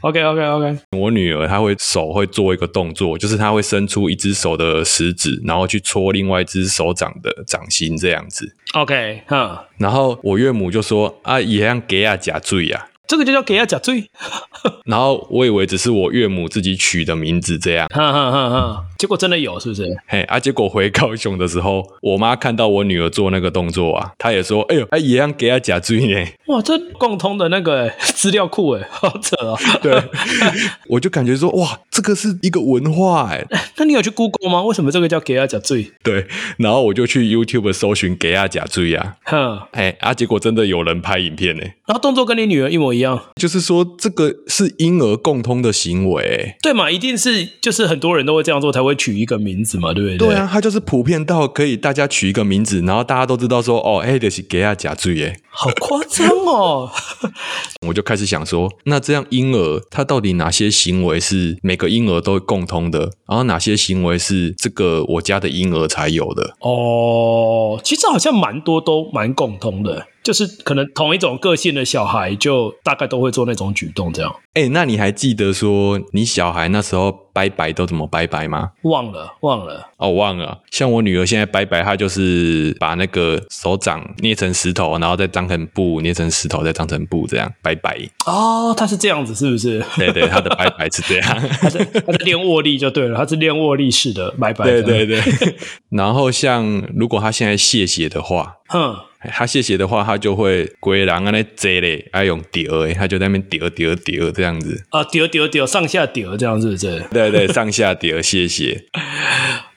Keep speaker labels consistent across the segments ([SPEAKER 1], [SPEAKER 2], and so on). [SPEAKER 1] OK OK OK，
[SPEAKER 2] 我女儿她会手会做一个动作，就是她会伸出一只手的食指，然后去戳另外一只手掌的掌心这样子。
[SPEAKER 1] OK，哈，
[SPEAKER 2] 然后我岳母就说：“啊，也让给啊假醉啊。
[SPEAKER 1] 这个就叫给他假醉，”
[SPEAKER 2] 然后我以为只是我岳母自己取的名字这样，
[SPEAKER 1] 哈哈哈哈。结果真的有，是不是？
[SPEAKER 2] 嘿啊！结果回高雄的时候，我妈看到我女儿做那个动作啊，她也说：“哎呦，啊也让给啊假醉呢。”
[SPEAKER 1] 哇，这共通的那个 欸资料库哎，好扯 哦。
[SPEAKER 2] 对， 我就感觉说哇，这个是一个文化哎。
[SPEAKER 1] 那你有去 Google 吗？为什么这个叫给他假醉？
[SPEAKER 2] 对，然后我就去 YouTube 搜寻“给亚假追”啊，
[SPEAKER 1] 哈，
[SPEAKER 2] 哎啊，结果真的有人拍影片呢。
[SPEAKER 1] 然后动作跟你女儿一模一样，
[SPEAKER 2] 就是说，这个是婴儿共通的行为。
[SPEAKER 1] 对嘛？一定是就是很多人都会这样做，才会取一个名字嘛，对不对？
[SPEAKER 2] 对啊，它就是普遍到可以大家取一个名字，然后大家都知道说，哦，哎，就是给亚假追耶。
[SPEAKER 1] 好夸张 哦！
[SPEAKER 2] 我就开始想说，那这样婴儿他到底哪些行为是每个婴儿都会共通的，然后哪些行为是这个我家的婴儿才有的？
[SPEAKER 1] 哦，其实好像蛮多都蛮共通的，就是可能同一种个性的小孩，就大概都会做那种举动，这样
[SPEAKER 2] 哎，那你还记得说你小孩那时候拜拜都怎么拜拜吗？
[SPEAKER 1] 忘了忘了
[SPEAKER 2] 哦，忘了。像我女儿现在拜拜，她就是把那个手掌捏成石头，然后再当成布，捏成石头再当成布，这样拜拜。
[SPEAKER 1] 哦，他是这样子，是不 是？
[SPEAKER 2] 对对，她的拜拜是这样。
[SPEAKER 1] 他在他在练握力就对了，他是练握力式的，拜拜。
[SPEAKER 2] 对对，对。然后像如果她现在谢谢的话，
[SPEAKER 1] 哼，
[SPEAKER 2] 她谢谢的话，她就会龟狼啊那贼嘞，还用丢哎，她就在那边丢丢丢这样子。
[SPEAKER 1] 啊，丢丢丢，上下丢，这样是不是？
[SPEAKER 2] 对对，上下丢，谢谢。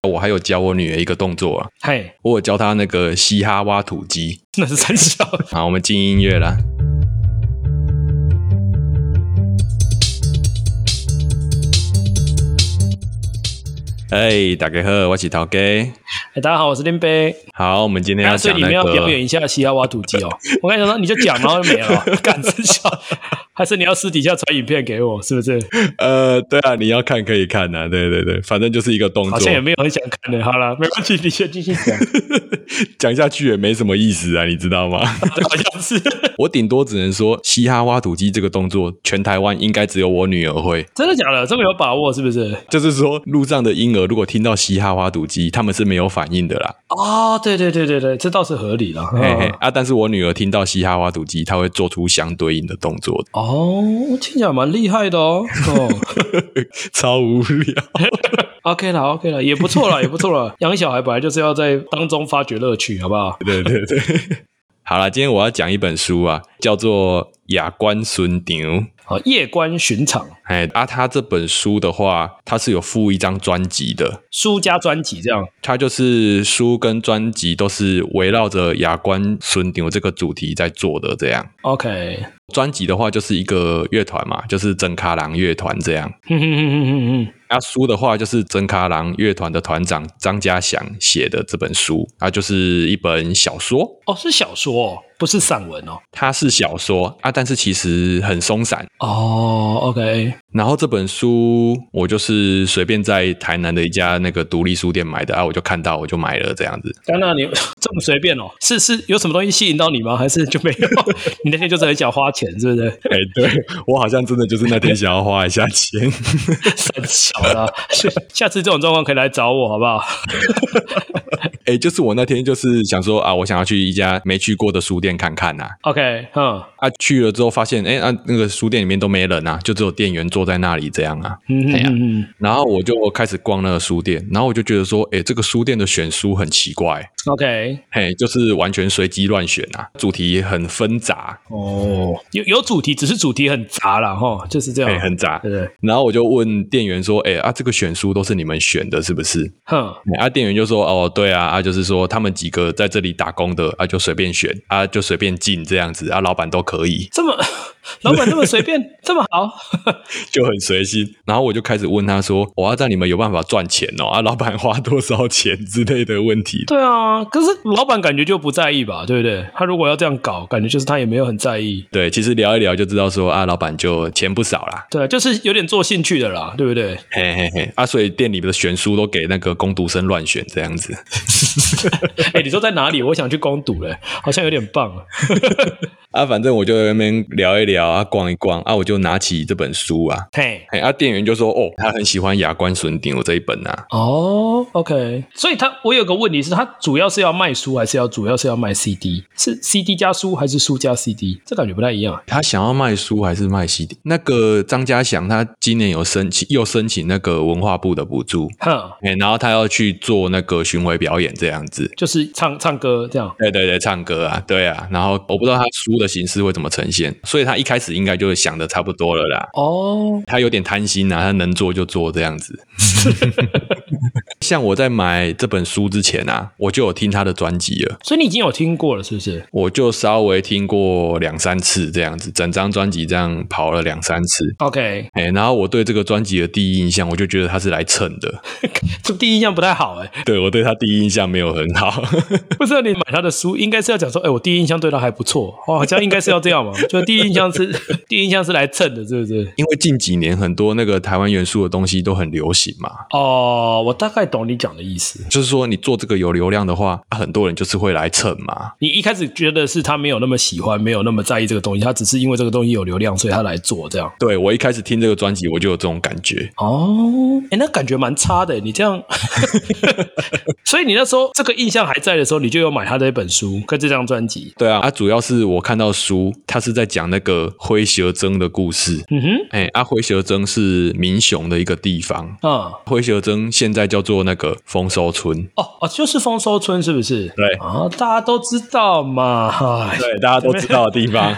[SPEAKER 2] 我还有教我女儿一个动作啊，
[SPEAKER 1] 嘿，
[SPEAKER 2] 我有教她那个嘻哈挖土机。
[SPEAKER 1] 那是三 小。
[SPEAKER 2] 好，我们进音乐啦。哎，大家好，我是陶哥。
[SPEAKER 1] 哎，大家好，我是林杯。
[SPEAKER 2] 好，我们今天要
[SPEAKER 1] 啊所以
[SPEAKER 2] 讲
[SPEAKER 1] 你
[SPEAKER 2] 那
[SPEAKER 1] 们要表
[SPEAKER 2] 个，
[SPEAKER 1] 演一下西亚挖土机哦。我刚才想说你就讲，然后 就没了，干真笑。还是你要私底下传影片给我，是不是？
[SPEAKER 2] 呃，对啊，你要看可以看啊，对对对，反正就是一个动
[SPEAKER 1] 好
[SPEAKER 2] 作
[SPEAKER 1] 像，也没有很想看的。好了，没关系，你先继续 讲。
[SPEAKER 2] 讲下去也没什么意思啊，你知 道吗？
[SPEAKER 1] 好像是
[SPEAKER 2] 我顶多只能说，嘻哈挖土机这个动作，全台湾应该只有我女儿会。
[SPEAKER 1] 真的假的？这么有把握是不是？
[SPEAKER 2] 就是说，路上的婴儿如果听到嘻哈挖土机，他们是没有反应的啦。
[SPEAKER 1] 哦，对对对对对，这倒是合理了。嗯
[SPEAKER 2] 嘿嘿啊！但是我女儿听到嘻哈挖土机，她会做出相对应的动作，
[SPEAKER 1] 哦，听起来蛮厉害的哦。哦
[SPEAKER 2] 超无聊。
[SPEAKER 1] ，OK 啦 o k 啦，也不错啦，也不错啦。养小孩本来就是要在当中发掘乐趣，好不好？
[SPEAKER 2] 对对对， 好啦，今天我要讲一本书啊，叫做《雅观孙牛》。
[SPEAKER 1] 好，夜观寻常，
[SPEAKER 2] 哎，啊，他这本书的话，它是有附一张专辑的，
[SPEAKER 1] 书加专辑这样。
[SPEAKER 2] 它就是书跟专辑都是围绕着雅观孙牛这个主题在做的。这样，
[SPEAKER 1] OK，
[SPEAKER 2] 专辑的话就是一个乐团嘛，就是真卡郎乐团这样。
[SPEAKER 1] 哼哼哼哼哼哼，
[SPEAKER 2] 啊，书的话就是真卡郎乐团的团长张家祥写的这本书，啊，就是一本小说，
[SPEAKER 1] 哦，是小说、哦，不是散文哦。
[SPEAKER 2] 它是小说啊，但是其实很松散。
[SPEAKER 1] 哦，OK，
[SPEAKER 2] 然后这本书我就是随便在台南的一家那个独立书店买的啊，我就看到我就买了这样子。
[SPEAKER 1] 丹娜，你 这么随便哦？是是有什么东西吸引到你吗？还是就没有？ 你那天就是很想花钱，是不是？
[SPEAKER 2] 哎，对我好像真的就是那天想要花一下钱，
[SPEAKER 1] 很小啦， 下次这种状况可以来找我，好不好？
[SPEAKER 2] 哎，就是我那天就是想说啊，我想要去一家没去过的书店看看呐、啊。
[SPEAKER 1] OK，嗯
[SPEAKER 2] 去了之后发现，哎啊，那个书店里面都没人啊，就只有店员坐在那里这样啊。
[SPEAKER 1] 嗯
[SPEAKER 2] 哎呀
[SPEAKER 1] 嗯嗯
[SPEAKER 2] 然后我就开始逛那个书店，然后我就觉得说，诶，这个书店的选书很奇怪，
[SPEAKER 1] ，OK，
[SPEAKER 2] 嘿，就是完全随机乱选啊，主题很纷杂，
[SPEAKER 1] 哦，有有主题，只是主题很杂啦，哈，嗯就是这
[SPEAKER 2] 嘿，
[SPEAKER 1] 样，
[SPEAKER 2] 很杂。
[SPEAKER 1] 对不对？
[SPEAKER 2] 然后我就问店员说，诶，啊，这个选书都是你们选的，是不是？
[SPEAKER 1] 哼，
[SPEAKER 2] 嘿啊，店员就说，哦，对啊，啊，就是说他们几个在这里打工的，啊，就随便选，啊，就随便进这样子，啊，老板都可以，
[SPEAKER 1] 这么 老板这么随便，这么好，
[SPEAKER 2] 就很随心。然后我就开始问他说，我要让你们有办法赚钱哦，啊，老板花多少钱之类的问题。
[SPEAKER 1] 对啊，可是老板感觉就不在意吧，对不对？他如果要这样搞，感觉就是他也没有很在意，
[SPEAKER 2] 对，其实聊一聊就知道说啊，老板就钱不少啦，
[SPEAKER 1] 对，啊就是有点做兴趣的啦，对不对？
[SPEAKER 2] 嘿嘿嘿，啊，所以店里的选书都给那个工读生乱选这样子。
[SPEAKER 1] 啊哎、你说在哪里？我想去攻读嘞，好像有点棒。
[SPEAKER 2] 啊，反正我就在那边聊一聊啊，逛一逛啊，我就拿起这本书啊，
[SPEAKER 1] 嘿，
[SPEAKER 2] 哎，啊，店员就说哦，他很喜欢《牙关损顶》我这一本啊，
[SPEAKER 1] 哦，OK，所以他我有个问题是，他主要是要卖书，还是要主要是要卖 CD？是 CD 加书，还是书加 CD？这感觉不太一样啊。
[SPEAKER 2] 他想要卖书还是卖 CD？那个张家祥他今年有申请，又申请那个文化部的补助，
[SPEAKER 1] 哼，
[SPEAKER 2] 哎，然后他要去做那个巡回表演这样子。
[SPEAKER 1] 就是唱唱歌这样。
[SPEAKER 2] 对对对，唱歌啊，对啊，然后我不知道他书的形式会怎么呈现，所以他一开始应该就想的差不多了啦。
[SPEAKER 1] 哦，
[SPEAKER 2] 他有点贪心啊，他能做就做这样子。像我在买这本书之前啊，我就有听他的专辑了，
[SPEAKER 1] 所以你已经有听过了，是不是？
[SPEAKER 2] 我就稍微听过两三次这样子，整张专辑这样跑了两三次。
[SPEAKER 1] OK，
[SPEAKER 2] 哎、然后我对这个专辑的第一印象，我就觉得他是来蹭的。
[SPEAKER 1] 这第一印象不太好哎、
[SPEAKER 2] 对我对他第一印象没有很好，
[SPEAKER 1] 不知道你买他的书，应该是要讲说，哎、我第一印象对他还不错，哦，好像应该是要这样嘛， 就第一印象是第一印象是来蹭的，是不是？
[SPEAKER 2] 因为近几年很多那个台湾元素的东西都很流行嘛，
[SPEAKER 1] 哦，我大概懂你讲的意思。
[SPEAKER 2] 就是说你做这个有流量的话，啊很多人就是会来蹭嘛。
[SPEAKER 1] 你一开始觉得是他没有那么喜欢，没有那么在意这个东西，他只是因为这个东西有流量，所以他来做这样。
[SPEAKER 2] 对我一开始听这个专辑，我就有这种感觉。
[SPEAKER 1] 哦，哎，那感觉蛮差的。你这样， 所以你那时候这个印象还在的时候，你就有买他的一本书跟这张专辑。
[SPEAKER 2] 对啊，啊，主要是我看到书，他是在讲那个灰蛇争的故事。
[SPEAKER 1] 嗯哼，
[SPEAKER 2] 哎、啊，灰蛇争是民雄的一个地方，
[SPEAKER 1] 啊、
[SPEAKER 2] 灰蛇争现在叫做那个丰收村。
[SPEAKER 1] 哦哦，就是丰收村是不是？
[SPEAKER 2] 对
[SPEAKER 1] 啊，大家都知道嘛。 哎
[SPEAKER 2] 对，大家都知道的地方。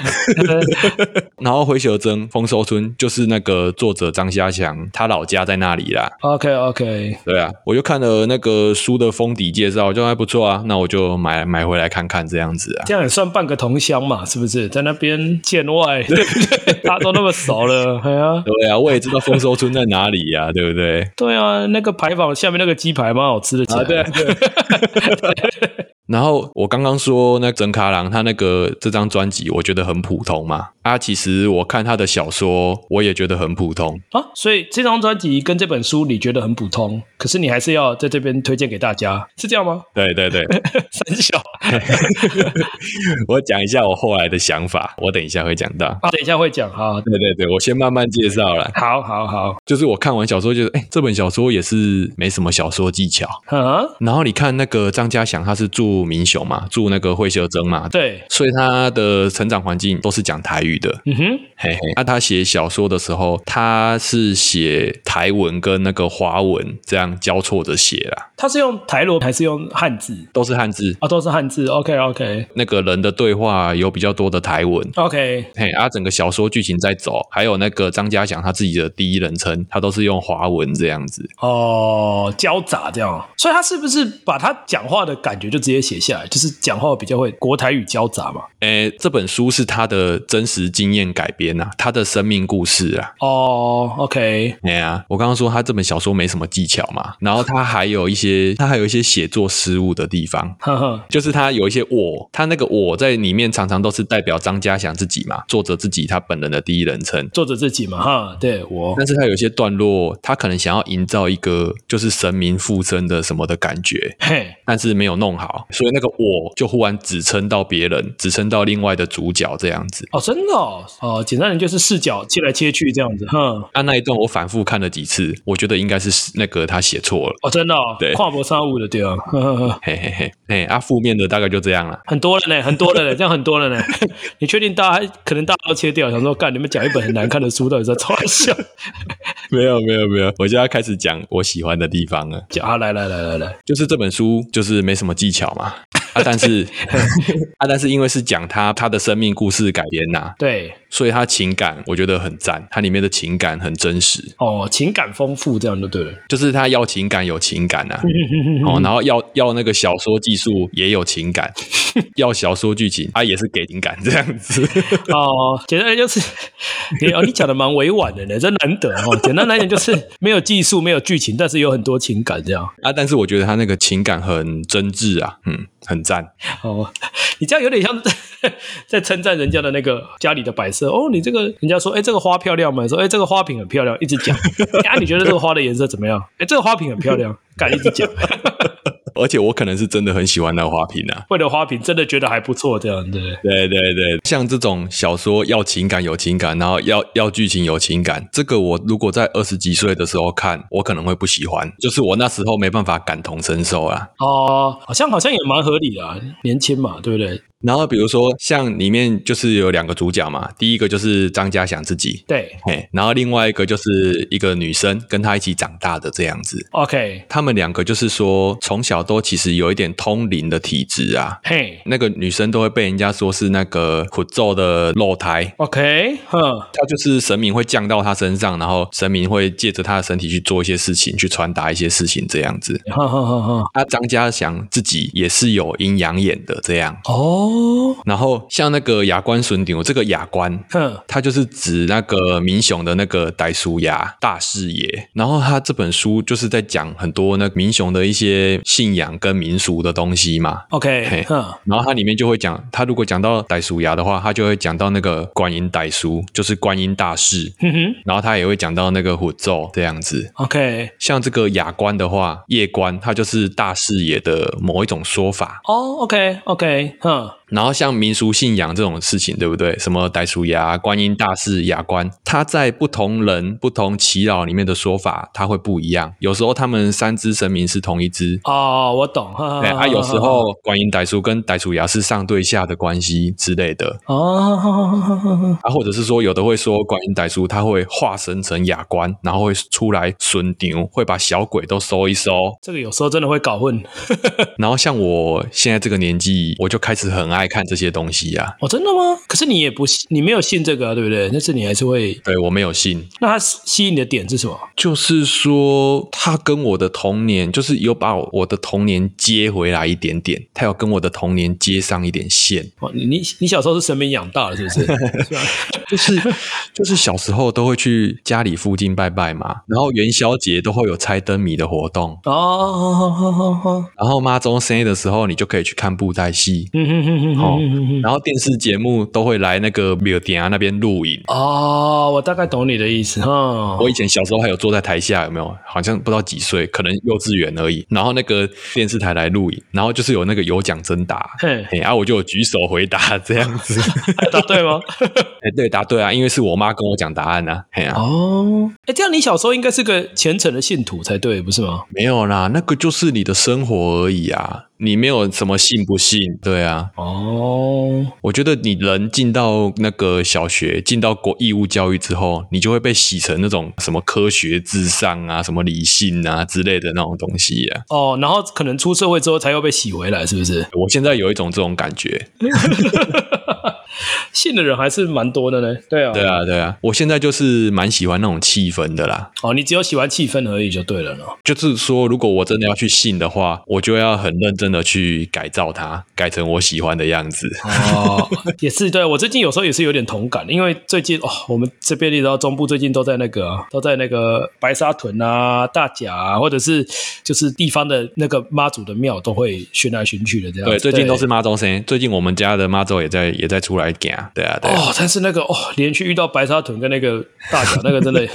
[SPEAKER 2] 然后灰蛇争丰收村就是那个作者张家祥，他老家在那里啦。
[SPEAKER 1] OK OK，
[SPEAKER 2] 对啊，我就看了那个书的封底介绍，就还不错啊，那我就买买回来看看这样子啊。
[SPEAKER 1] 这样也算半个同乡嘛，是不是？在那边见外，对不对？ 大家都那么熟了，哎呀。
[SPEAKER 2] 对啊，我也知道丰收村在哪里呀、对不对？
[SPEAKER 1] 对啊，那个牌坊下面那个鸡排蛮好吃的，起来
[SPEAKER 2] 对对。然后我刚刚说那整卡郎他那个这张专辑，我觉得很普通嘛。啊，其实我看他的小说，我也觉得很普通。
[SPEAKER 1] 啊，所以这张专辑跟这本书你觉得很普通，可是你还是要在这边推荐给大家，是这样吗？
[SPEAKER 2] 对对 对，
[SPEAKER 1] 三小
[SPEAKER 2] 我讲一下我后来的想法，我等一下会讲到。
[SPEAKER 1] 啊，等一下会讲哈。
[SPEAKER 2] 对对对，我先慢慢介绍啦。
[SPEAKER 1] 好好好，
[SPEAKER 2] 就是我看完小说，觉得哎，这本小说也是没什么小说技巧。
[SPEAKER 1] 啊，
[SPEAKER 2] 然后你看那个张家祥，他是住民雄嘛，住那个惠修曾嘛，
[SPEAKER 1] 对，
[SPEAKER 2] 所以他的成长环境都是讲台语的。
[SPEAKER 1] 嗯哼，
[SPEAKER 2] 嘿嘿，那、他写小说的时候，他是写台文跟那个华文这样交错着写啦，
[SPEAKER 1] 他是用台罗还是用汉字
[SPEAKER 2] 都是汉字。
[SPEAKER 1] 啊？都是汉字。OK OK
[SPEAKER 2] 那个人的对话有比较多的台文。
[SPEAKER 1] OK，
[SPEAKER 2] 嘿，啊，整个小说剧情在走，还有那个张家祥他自己的第一人称，他都是用华文这样子。
[SPEAKER 1] 哦，交杂这样，所以他是不是把他讲话的感觉就直接写下来？就是讲话比较会国台语交杂嘛？
[SPEAKER 2] 诶，这本书是他的真实经验改编啊，他的生命故事啊。
[SPEAKER 1] 哦，OK，
[SPEAKER 2] 哎呀、我刚刚说他这本小说没什么技巧嘛，然后他还有一些，他还有一些写作失误的地方。
[SPEAKER 1] 呵呵，
[SPEAKER 2] 就是他有一些我，他那个我在里面常常都是代表张家祥自己嘛，作者自己他本人的第一人称。
[SPEAKER 1] 作者自己嘛，哈，对我，
[SPEAKER 2] 但是他有一些段落，他可能想要营造一个就是神明附身的什么的感觉，
[SPEAKER 1] 嘿，
[SPEAKER 2] 但是没有弄好，所以那个我就忽然指称到别人，指称到另外的主角这样子。
[SPEAKER 1] 哦，真的哦，哦，简单点就是视角切来切去这样子，哼，
[SPEAKER 2] 啊，那一段我反复看了几次，我觉得应该是那个他写错了，
[SPEAKER 1] 哦，真的、哦，
[SPEAKER 2] 对
[SPEAKER 1] 跨博三五的对啊，呵呵呵，
[SPEAKER 2] 嘿嘿嘿，嘿啊，负面的大概就这样了。
[SPEAKER 1] 很多了呢，很多了呢，这样很多了呢。 你确定大家可能大家都切掉，想说干你们讲一本很难看的书，到底在嘲笑？
[SPEAKER 2] 没有没有没有，我现在开始讲我喜欢的地方了。
[SPEAKER 1] 讲啊，来来来来来，
[SPEAKER 2] 就是这本书就是没什么技巧嘛。啊，但是啊，但是因为是讲他他的生命故事改编呐、
[SPEAKER 1] 对，
[SPEAKER 2] 所以他情感我觉得很赞，它里面的情感很真实，
[SPEAKER 1] 哦，情感丰富这样就对了。
[SPEAKER 2] 就是他要情感有情感呐、哦，然后要要那个小说技术也有情感，要小说剧情啊也是给情感这样子，
[SPEAKER 1] 哦，简单来就是， 你哦，你讲的蛮委婉的呢，真难得哦。简单来讲就是没有技术，没有剧情，但是有很多情感这样。
[SPEAKER 2] 啊，但是我觉得他那个情感很真挚啊，嗯，很赞，
[SPEAKER 1] 哦，你这样有点像 在称赞人家的那个家里的摆设。哦，你这个人家说，哎、这个花漂亮吗？说，哎、这个花瓶很漂亮， 一直讲。哎啊，你觉得这个花的颜色怎么样？哎、这个花瓶很漂亮，敢一直讲。
[SPEAKER 2] 而且我可能是真的很喜欢那个花瓶啊。
[SPEAKER 1] 为了花瓶真的觉得还不错，这样对。
[SPEAKER 2] 对对对，像这种小说要情感有情感，然后要要剧情有情感，这个我如果在二十几岁的时候看，我可能会不喜欢，就是我那时候没办法感同身受啊。
[SPEAKER 1] 哦，好像好像也蛮合理的、啊，年轻嘛，对不对？
[SPEAKER 2] 然后比如说像里面就是有两个主角嘛，第一个就是张家祥自己，
[SPEAKER 1] 对
[SPEAKER 2] 嘿，然后另外一个就是一个女生跟他一起长大的这样子。
[SPEAKER 1] ，OK，
[SPEAKER 2] 他们两个就是说，从小都其实有一点通灵的体质啊。
[SPEAKER 1] 嘿
[SPEAKER 2] 那个女生都会被人家说是那个苦咒的肉胎，
[SPEAKER 1] ，OK，哼，
[SPEAKER 2] 她就是神明会降到她身上，然后神明会借着她的身体去做一些事情，去传达一些事情这样子。
[SPEAKER 1] 哈哈哈哈。
[SPEAKER 2] 啊，张家祥自己也是有阴阳眼的这样。
[SPEAKER 1] 哦，
[SPEAKER 2] 然后像那个牙关损顶，这个牙关。
[SPEAKER 1] 哼，
[SPEAKER 2] 它就是指那个民雄的那个呆叔牙大视野，然后他这本书就是在讲很多那民雄的一些信仰跟民俗的东西嘛，
[SPEAKER 1] OK，
[SPEAKER 2] 嘿
[SPEAKER 1] 哼，
[SPEAKER 2] 然后它里面就会讲，他如果讲到傣叔牙的话，他就会讲到那个观音傣叔，就是观音大士。
[SPEAKER 1] 哼哼
[SPEAKER 2] 然后他也会讲到那个虎咒这样子。
[SPEAKER 1] ，OK，
[SPEAKER 2] 像这个雅观的话，夜观它就是大视野的某一种说法。
[SPEAKER 1] 哦，OK，OK，哼，
[SPEAKER 2] 然后像民俗信仰这种事情，对不对？什么傣叔牙、观音大士、雅观，它在不同人、不同祈祷里面的说法，它会不一样。有时候他们三只神明是同一只，
[SPEAKER 1] 哦，我懂，哈哈
[SPEAKER 2] 哎、
[SPEAKER 1] 哈哈
[SPEAKER 2] 啊，有时，候观音傣叔跟傣叔牙是上对下的关系之类的。
[SPEAKER 1] 哦，哈哈哈哈哈
[SPEAKER 2] 啊，或者是说有的会说观音歹叔，他会化身成哑官，然后会出来损牛，会把小鬼都收一收。
[SPEAKER 1] 这个有时候真的会搞混，
[SPEAKER 2] 然后像我现在这个年纪，我就开始很爱看这些东西啊。
[SPEAKER 1] 哦，真的吗？可是你也不信，你没有信这个、啊，对不对？但是你还是会，
[SPEAKER 2] 对我没有信，
[SPEAKER 1] 那它吸引你的点是什么？
[SPEAKER 2] 就是说他跟我的童年，就是有把我的童年接回来一点点，他有跟我的童年接上一点线，
[SPEAKER 1] 哦，你你你小时候是神明养大的，是不是？是吧
[SPEAKER 2] 就是就是小时候都会去家里附近拜拜嘛，然后元宵节都会有猜灯谜的活动，
[SPEAKER 1] 哦，好好好好，
[SPEAKER 2] 然后妈中生日的时候，你就可以去看布袋戏，
[SPEAKER 1] 嗯哼哼哼
[SPEAKER 2] 哦
[SPEAKER 1] 哼哼哼。
[SPEAKER 2] 然后电视节目都会来那个庙点啊那边录影。
[SPEAKER 1] 哦，我大概懂你的意思哈。
[SPEAKER 2] 我以前小时候还有坐在台下，有没有？好像不知道几岁，可能幼稚园而已。然后那个电视台来录影，然后就是有那个有奖征答，
[SPEAKER 1] 嘿，
[SPEAKER 2] 哎，啊，我就有举手回答这样子。
[SPEAKER 1] 答对吗？
[SPEAKER 2] 哎，对，答对啊，因为是我妈跟我讲答案啊。嘿啊，
[SPEAKER 1] 哦，哎，这样你小时候应该是个虔诚的信徒才对，不是吗？
[SPEAKER 2] 没有啦，那个就是你的生活而已啊，你没有什么信不信？对啊，
[SPEAKER 1] 哦，
[SPEAKER 2] 我觉得你人进到那个小学，进到国义务教育之后，你就会被洗成那种什么科学至上啊、什么理性啊之类的那种东西啊。
[SPEAKER 1] 哦，然后可能出社会之后才又被洗回来，是不是？
[SPEAKER 2] 我现在有一种这种感觉，
[SPEAKER 1] 信的人还是蛮多的呢。对啊，
[SPEAKER 2] 对啊，对啊，我现在就是蛮喜欢那种气氛的啦。
[SPEAKER 1] 哦，你只有喜欢气氛而已就对了呢。
[SPEAKER 2] 就是说，如果我真的要去信的话，我就要很认真的去改造它，改成我喜欢的样子。
[SPEAKER 1] 哦， 也是，对我最近有时候也是有点同感，因为最近哦，我们这边你知道中部最近都在那个啊、都在那个白沙屯啊、大甲啊，或者是就是地方的那个妈祖的庙都会巡来巡去的这样子。
[SPEAKER 2] 对，最近都是妈周生，最近我们家的妈周也在也在出来讲，对啊，对啊。
[SPEAKER 1] 哦，但是那个哦，连续遇到白沙屯跟那个大甲，那个 真的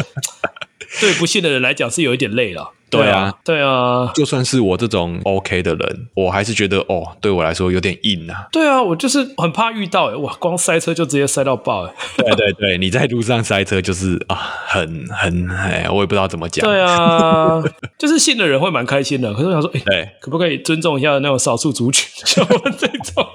[SPEAKER 1] 对不信的人来讲是有一点累了。
[SPEAKER 2] 对啊，
[SPEAKER 1] 对啊。
[SPEAKER 2] 就算是我这种 OK 的人，我还是觉得哦，对我来说有点硬啊。
[SPEAKER 1] 对啊，我就是很怕遇到哎、哇，光塞车就直接塞到爆哎、
[SPEAKER 2] 对对对，你在路上塞车就是啊，很很哎，我也不知道怎么讲。
[SPEAKER 1] 对 啊，就是信的人会蛮开心的，可是我想说，哎、
[SPEAKER 2] 对
[SPEAKER 1] 可不可以尊重一下那种少数族群， 像我们这种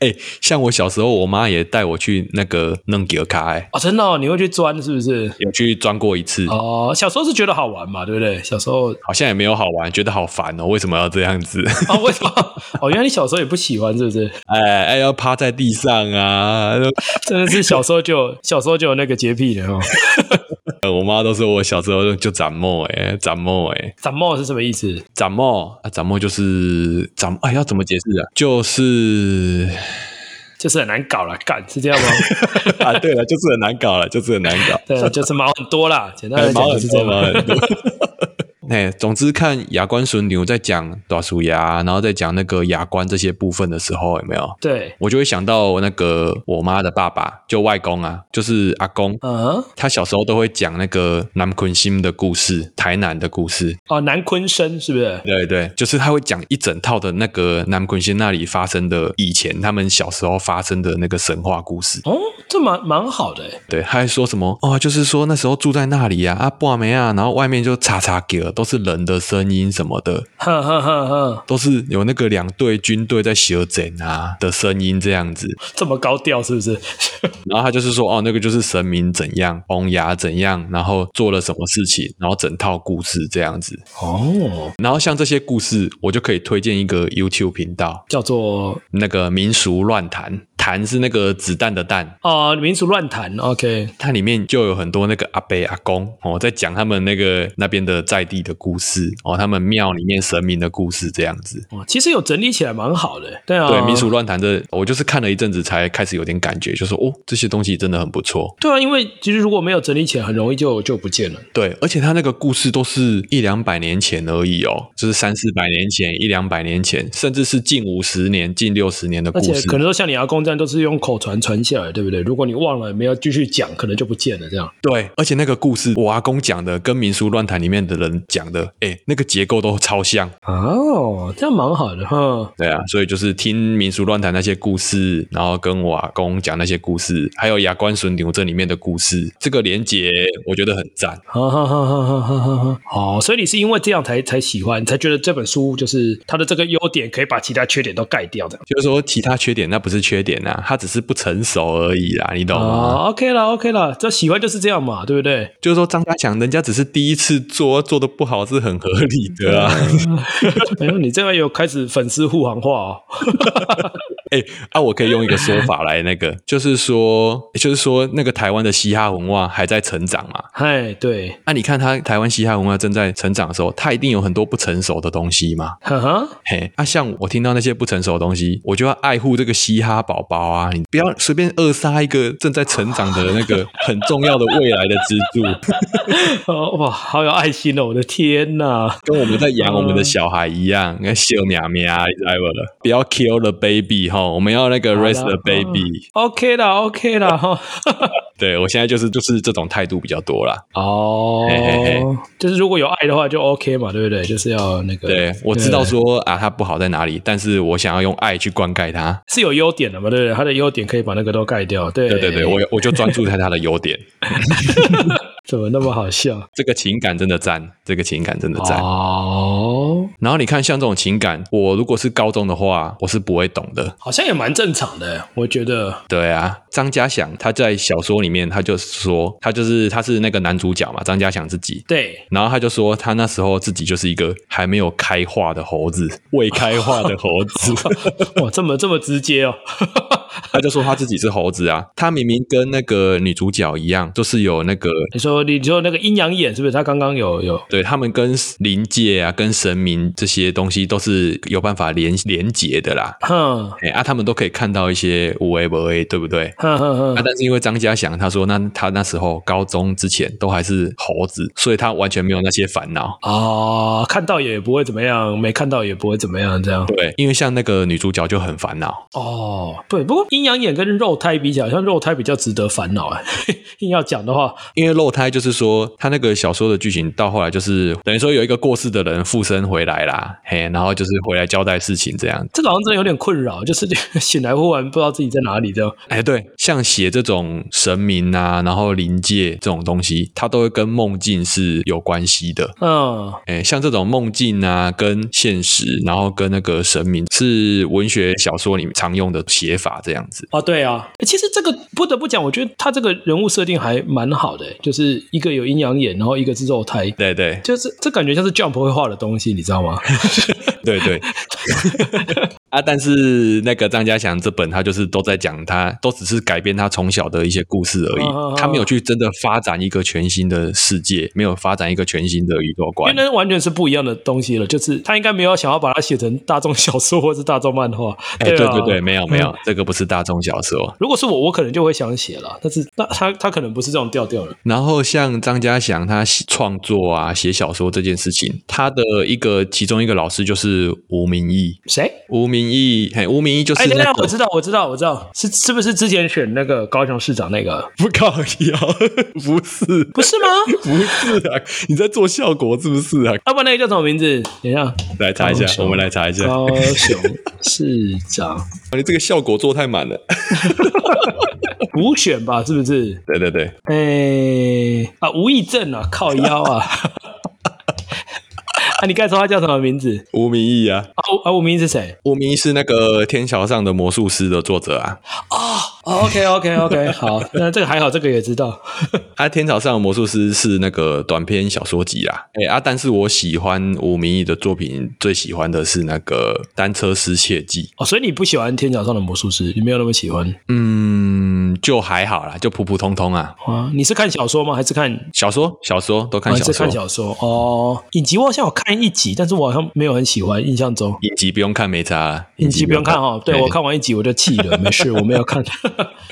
[SPEAKER 2] 哎、像我小时候，我妈也带我去那个弄吉尔卡、欸，
[SPEAKER 1] 啊？真的、哦，你会去钻是不是？
[SPEAKER 2] 有去钻过一次，
[SPEAKER 1] 哦，小时候是觉得好玩嘛，对不对？小时候
[SPEAKER 2] 好像也没有好玩，觉得好烦哦，为什么要这样子？
[SPEAKER 1] 啊，为什么？哦，原来你小时候也不喜欢，是不是？
[SPEAKER 2] 哎哎，要趴在地上啊！
[SPEAKER 1] 真的是小时候就有小时候就有那个洁癖的哦。
[SPEAKER 2] 呃我妈都说我小时候就就长毛哎，长毛哎，
[SPEAKER 1] 展帽是什么意思？
[SPEAKER 2] 长毛啊，长毛就是长哎，要怎么解释啊？就是
[SPEAKER 1] 就是很难搞啦，干是这样吗？
[SPEAKER 2] 啊，对了，就是 很难搞了，就是很难搞。哎
[SPEAKER 1] 对，就是毛很多啦，简单来
[SPEAKER 2] 毛
[SPEAKER 1] 讲就
[SPEAKER 2] 很
[SPEAKER 1] 是这
[SPEAKER 2] 多，
[SPEAKER 1] 样
[SPEAKER 2] 毛
[SPEAKER 1] 嘛。
[SPEAKER 2] 很多。哎，总之看牙关神牛在讲大鼠牙，然后再讲那个牙关这些部分的时候，有没有？
[SPEAKER 1] 对，
[SPEAKER 2] 我就会想到那个我妈的爸爸，就外公啊，就是阿公，
[SPEAKER 1] 嗯，
[SPEAKER 2] 他小时候都会讲那个南昆新的故事，台南的故事。
[SPEAKER 1] 哦，南昆生是不是？
[SPEAKER 2] 对对，就是他会讲一整套的那个南昆新那里发生的以前他们小时候发生的那个神话故事。
[SPEAKER 1] 哦，这蛮蛮好的欸，
[SPEAKER 2] 对，他还说什么哦，就是说那时候住在那里啊，啊，半梅啊，然后外面就叉叉给了，都是人的声音什么的，
[SPEAKER 1] 哼哼哼哼，
[SPEAKER 2] 都是有那个两队军队在协整啊的声音这样子。
[SPEAKER 1] 这么高调是不是？
[SPEAKER 2] 然后他就是说，哦，那个就是神明怎样，崩牙怎样，然后做了什么事情，然后整套故事这样子。
[SPEAKER 1] 哦，
[SPEAKER 2] 然后像这些故事，我就可以推荐一个 YouTube 频道，
[SPEAKER 1] 叫做
[SPEAKER 2] 那个民俗乱谈，谈是那个子弹的弹，
[SPEAKER 1] 啊、民俗乱谈，OK，
[SPEAKER 2] 它里面就有很多那个阿伯阿公哦，在讲他们那个那边的在地的故事哦，他们庙里面神明的故事这样子。
[SPEAKER 1] 哦，其实有整理起来蛮好的欸，对啊，
[SPEAKER 2] 对民俗乱谈这，我就是看了一阵子才开始有点感觉，就说哦，这些东西真的很不错。
[SPEAKER 1] 对啊，因为其实如果没有整理起来，很容易就就不见了。
[SPEAKER 2] 对，而且他那个故事都是一两百年前而已哦，就是三四百年前、一两百年前，甚至是近五十年、近六十年的
[SPEAKER 1] 而
[SPEAKER 2] 故
[SPEAKER 1] 且
[SPEAKER 2] 事
[SPEAKER 1] 可。能说像你阿公这样，都是用口传传下来，对不对？如果你忘了，没有继续讲，可能就不见了。这样
[SPEAKER 2] 对，而且那个故事我阿公讲的跟民俗乱谈里面的人讲的，哎，那个结构都超像。
[SPEAKER 1] 哦，这样蛮好的哈。
[SPEAKER 2] 对啊，所以就是听民俗乱谈那些故事，然后跟我阿公讲那些故事，还有牙关笋牛这里面的故事，这个连结我觉得很赞。
[SPEAKER 1] 哈哈哈哈哈哈哈！哦，所以你是因为这样才才喜欢，才觉得这本书就是它的这个优点可以把其他缺点都盖掉的。
[SPEAKER 2] 就是说其他缺点那不是缺点啊，它只是不成熟而已啦，你懂啊吗？
[SPEAKER 1] 哦，OK 啦，OK 啦，这喜欢就是这样嘛，对不对？
[SPEAKER 2] 就是说张家强人家只是第一次做，做的不好是很合理的啊。
[SPEAKER 1] 哎呦，你这个有开始粉丝护航化哦。
[SPEAKER 2] 哎、 啊，我可以用一个说法来那个，就是说，就是说那个台湾的嘻哈文化还在成长嘛。
[SPEAKER 1] 嗨，对，
[SPEAKER 2] 那、你看他台湾嘻哈文化正在成长的时候，他一定有很多不成熟的东西嘛。
[SPEAKER 1] 哈哈，
[SPEAKER 2] 嘿，啊，像我听到那些不成熟的东西，我就要爱护这个嘻哈宝宝啊！你不要随便扼杀一个正在成长的那个很重要的未来的支柱，
[SPEAKER 1] 哦哇，好有爱心哦！我的天哪，
[SPEAKER 2] 跟我们在养我们的小孩一样，那秀喵喵，你知道不？不要 kill the baby 哈，我们要那个
[SPEAKER 1] 好啦
[SPEAKER 2] raise the baby。
[SPEAKER 1] OK 啦，OK 啦，哈。
[SPEAKER 2] 对我现在就是就是这种态度比较多啦。
[SPEAKER 1] 哦
[SPEAKER 2] 嘿嘿嘿
[SPEAKER 1] 就是如果有爱的话就 OK 嘛，对不对？就是要那个，
[SPEAKER 2] 对我知道说啊，它不好在哪里，但是我想要用爱去灌溉它。
[SPEAKER 1] 是有优点的嘛，对不对？它的优点可以把那个都盖掉，对
[SPEAKER 2] 对对对，我我就专注在它的优点，
[SPEAKER 1] 怎么那么好笑？
[SPEAKER 2] 这个情感真的赞，这个情感真的赞。
[SPEAKER 1] 哦，
[SPEAKER 2] 然后你看，像这种情感，我如果是高中的话，我是不会懂的。
[SPEAKER 1] 好像也蛮正常的，我觉得。
[SPEAKER 2] 对啊，张家祥他在小说里面，他就说他就是他是那个男主角嘛，张家祥自己。
[SPEAKER 1] 对，
[SPEAKER 2] 然后他就说他那时候自己就是一个还没有开化的猴子，未开化的猴子。
[SPEAKER 1] 哇，这么这么直接哦，
[SPEAKER 2] 他就说他自己是猴子啊，他明明跟那个女主角一样，就是有那个
[SPEAKER 1] 你说你说那个阴阳眼是不是？他刚刚有有
[SPEAKER 2] 对他们跟灵界啊、跟神明这些东西都是有办法连连结的啦。
[SPEAKER 1] 哼
[SPEAKER 2] 哎啊，他们都可以看到一些无为不为，对不对？
[SPEAKER 1] 哼哼
[SPEAKER 2] 啊，
[SPEAKER 1] 哼，
[SPEAKER 2] 但是因为张家祥他说，那他那时候高中之前都还是猴子，所以他完全没有那些烦恼。
[SPEAKER 1] 哦，看到也不会怎么样，没看到也不会怎么样，这样。
[SPEAKER 2] 对，因为像那个女主角就很烦恼，
[SPEAKER 1] 哦，对，不过阴阳眼跟肉胎比起来，好像肉胎比较值得烦恼哎。 硬要讲的话，
[SPEAKER 2] 因为肉胎就是说，他那个小说的剧情到后来就是等于说有一个过世的人附身回来啦，嘿，然后就是回来交代事情这样。
[SPEAKER 1] 这个好像真的有点困扰，就是 醒来忽然不知道自己在哪里这样。
[SPEAKER 2] 哎，对，像写这种神明啊，然后灵界这种东西，它都会跟梦境是有关系的。
[SPEAKER 1] 嗯，
[SPEAKER 2] 哎，像这种梦境啊，跟现实，然后跟那个神明，是文学小说里面常用的写法，这样子。
[SPEAKER 1] 哦，对啊，诶其实这个不得不讲，我觉得他这个人物设定还蛮好的，就是一个有阴阳眼，然后一个是肉胎。
[SPEAKER 2] 对对
[SPEAKER 1] 就是这感觉像是 Jump 会画的东西，你知道吗？
[SPEAKER 2] 对对， 啊，但是那个张家祥这本他就是都在讲他，都只是改编他从小的一些故事而已，
[SPEAKER 1] 哦哦哦
[SPEAKER 2] 他没有去真的发展一个全新的世界，没有发展一个全新的宇宙
[SPEAKER 1] 因为
[SPEAKER 2] 观。
[SPEAKER 1] 那完全是不一样的东西了，就是他应该没有想要把它写成大众小说或是大众漫画。
[SPEAKER 2] 哎，对
[SPEAKER 1] 啊
[SPEAKER 2] 对对，没有没有，这个不是大众小说。
[SPEAKER 1] 如果是我，我可能就会想写了，但是那他他可能不是这种调调了。
[SPEAKER 2] 然后像张家祥他写创作啊、写小说这件事情，他的一个其中一个老师就是吴明义。
[SPEAKER 1] 谁？
[SPEAKER 2] 吴明义，嘿，吴明义就是
[SPEAKER 1] 哎，等
[SPEAKER 2] 那
[SPEAKER 1] 等，
[SPEAKER 2] 个
[SPEAKER 1] 我知道，我知道，我知道，是是不是之前选那个高雄市长那个？
[SPEAKER 2] 不靠
[SPEAKER 1] 哦
[SPEAKER 2] 腰， 不是
[SPEAKER 1] 不是吗？
[SPEAKER 2] 不是啊，你在做效果是不是啊？
[SPEAKER 1] 要不然那个叫什么名字？等一下，
[SPEAKER 2] 来查一下
[SPEAKER 1] 高，雄
[SPEAKER 2] 我们来查一下，哦
[SPEAKER 1] 高雄市长
[SPEAKER 2] 你这个效果做太满了。
[SPEAKER 1] 补选吧，是不是？
[SPEAKER 2] 对对对，
[SPEAKER 1] 哎、啊，吴义正啊，靠腰 啊！啊，你刚才说他叫什么名字？
[SPEAKER 2] 吴明义啊，
[SPEAKER 1] 啊，吴啊，吴明义是谁？
[SPEAKER 2] 吴明义是那个《天桥上的魔术师》的作者啊。
[SPEAKER 1] 哦，OK，OK，OK，、好， 那这个还好，这个也知道。
[SPEAKER 2] 啊，《天桥上的魔术师》是那个短篇小说集啦。哎、啊，但是我喜欢吴明义的作品，最喜欢的是那个《单车失窃记》。
[SPEAKER 1] 哦，所以你不喜欢《天桥上的魔术师》，你没有那么喜欢
[SPEAKER 2] 嗯，就还好啦，就普普通通啊。
[SPEAKER 1] 啊？你是看小说吗？还是看？
[SPEAKER 2] 小说，小说都看
[SPEAKER 1] 还
[SPEAKER 2] 小
[SPEAKER 1] 哦是
[SPEAKER 2] 说，
[SPEAKER 1] 看小说哦。影集我好像有看一集，但是我好像没有很喜欢，印象中。
[SPEAKER 2] 影集不用看没差啊啦，
[SPEAKER 1] 影集不用看哦，对
[SPEAKER 2] 哎
[SPEAKER 1] 我看完一集我就弃 了，没事，我没有看。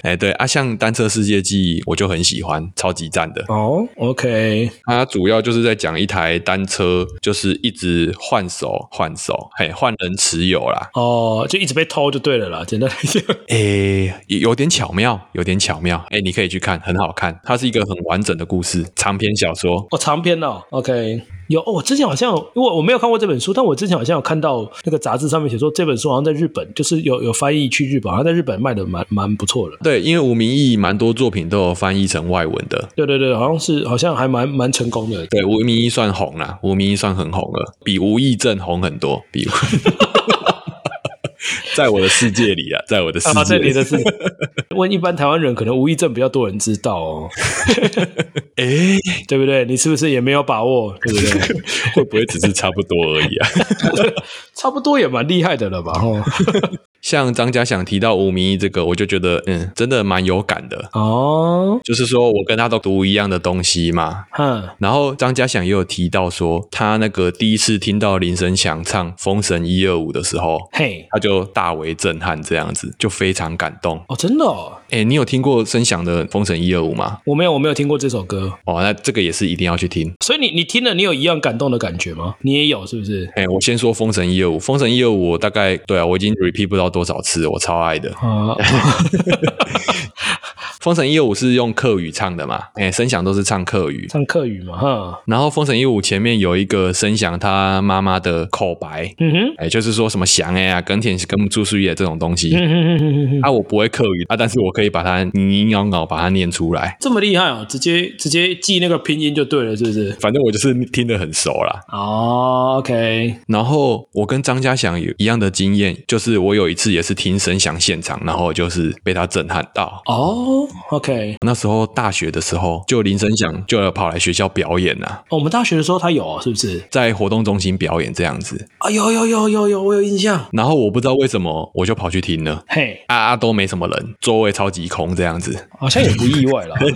[SPEAKER 2] 哎、对啊，像《单车世界记》，我就很喜欢，超级赞的。
[SPEAKER 1] 哦，OK，
[SPEAKER 2] 它主要就是在讲一台单车，就是一直换手换手，嘿，换人持有啦。
[SPEAKER 1] 哦，就一直被偷就对了啦，简单来讲。
[SPEAKER 2] 诶、有有点巧妙，有点巧妙。诶、你可以去看，很好看。它是一个很完整的故事，长篇小说。
[SPEAKER 1] 哦，长篇哦，OK，有哦，我之前好像有因为我没有看过这本书，但我之前好像有看到那个杂志上面写说这本书好像在日本，就是有有翻译去日本，好像在日本卖的蛮蛮不错的。
[SPEAKER 2] 对，因为吴明义蛮多作品都有翻译成外文的。
[SPEAKER 1] 对对对，好像是好像还蛮蛮成功的。
[SPEAKER 2] 对，吴明义算红啦，吴明义算很红了，比吴义正红很多。比， 在我的世界里啊，在我的世
[SPEAKER 1] 啊，这
[SPEAKER 2] 界
[SPEAKER 1] 里
[SPEAKER 2] 里。
[SPEAKER 1] 的是问一般台湾人，可能无意症比较多人知道 哦，
[SPEAKER 2] 诶、
[SPEAKER 1] 对不对？你是不是也没有把握，对不对？
[SPEAKER 2] 会不会只是差不多而已啊？
[SPEAKER 1] 差不多也蛮厉害的了吧？哦，
[SPEAKER 2] 像张家祥提到吴明义这个，我就觉得嗯，真的蛮有感的。
[SPEAKER 1] 哦，
[SPEAKER 2] 就是说我跟他都读一样的东西嘛。
[SPEAKER 1] 哼，
[SPEAKER 2] 然后张家祥也有提到说，他那个第一次听到林声祥唱《封神一二五》的时候，
[SPEAKER 1] 嘿，
[SPEAKER 2] 他就大为震撼，这样子就非常感动。
[SPEAKER 1] 哦，真的、哦，
[SPEAKER 2] 哎，你有听过声响的《封神一二五》吗？
[SPEAKER 1] 我没有，我没有听过这首歌，
[SPEAKER 2] 哦，那这个也是一定要去听。
[SPEAKER 1] 所以你你听了，你有一样感动的感觉吗？你也有是不是？
[SPEAKER 2] 哎，我先说《封神一二五》，《封神一二五》我大概对啊，我已经 repeat 不知道多少次了，我超爱的。
[SPEAKER 1] 啊，
[SPEAKER 2] 《封神一二五》是用客语唱的嘛？哎，声响都是唱客语，
[SPEAKER 1] 上课语嘛，哈，
[SPEAKER 2] 然后《封神一五》前面有一个声响他妈妈的口白，
[SPEAKER 1] 嗯哼，
[SPEAKER 2] 哎，就是说什么翔哎呀、耕田耕不出树叶这种东西。
[SPEAKER 1] 嗯哼哼哼 哼哼，
[SPEAKER 2] 啊，我不会客语啊，但是我可以把它你咬咬把它念出来，
[SPEAKER 1] 这么厉害哦，直接直接记那个拼音就对了，是不是？
[SPEAKER 2] 反正我就是听得很熟啦。
[SPEAKER 1] 哦，OK，
[SPEAKER 2] 然后我跟张家祥有一样的经验，就是我有一次也是听声响现场，然后就是被他震撼到。
[SPEAKER 1] 哦，OK，
[SPEAKER 2] 那时候大学的时候，就林声响就要跑来学校表演啊，
[SPEAKER 1] 哦我们大学的时候他有哦、是不是？
[SPEAKER 2] 在活动中心表演这样子。
[SPEAKER 1] 啊，有有有有有，我有印象。
[SPEAKER 2] 然后我不知道为什么，我就跑去听了。
[SPEAKER 1] 嘿，
[SPEAKER 2] 啊啊都没什么人，座位超级空这样子。
[SPEAKER 1] 好像也不意外 啦。
[SPEAKER 2] 哎，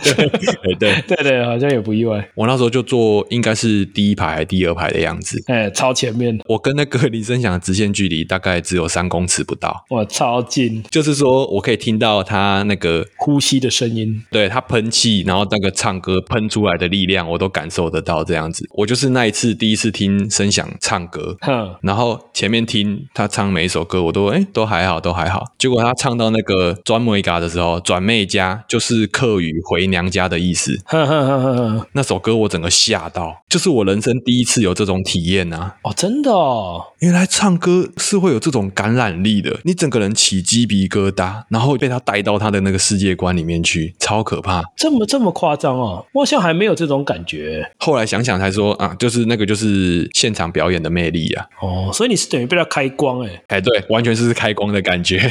[SPEAKER 2] 对
[SPEAKER 1] 对对，好像也不意外。
[SPEAKER 2] 我那时候就坐应该是第一排还第二排的样子。
[SPEAKER 1] 哎，超前面，
[SPEAKER 2] 我跟那个林声响的直线距离大概只有三公尺不到，
[SPEAKER 1] 哇，超近，
[SPEAKER 2] 就是说我可以听到他那个
[SPEAKER 1] 呼吸的声音。
[SPEAKER 2] 对他喷气，然后那个唱歌喷出来的力量，我都感受得到这样子。我就是那一次第一次听声响唱歌，
[SPEAKER 1] 哼，
[SPEAKER 2] 然后前面听他唱每一首歌，我都哎都还好，都还好。结果他唱到那个转妹家的时候，转妹家就是客语回娘家的意思。
[SPEAKER 1] 哼哼哼哼哼，
[SPEAKER 2] 那首歌我整个吓到，就是我人生第一次有这种体验啊！
[SPEAKER 1] 哦，真的哦，
[SPEAKER 2] 原来唱歌是会有这种感染力的，你整个人起鸡皮疙瘩，然后被他带到他的那个世界观里面去，超可怕。
[SPEAKER 1] 这么这么夸张哦，我好像还没有这种感觉
[SPEAKER 2] 后来想想才说啊，就是那个就是现场表演的魅力啊！
[SPEAKER 1] 哦，所以你是等于被他开光哎。
[SPEAKER 2] 哎，对，完全是开光的感觉。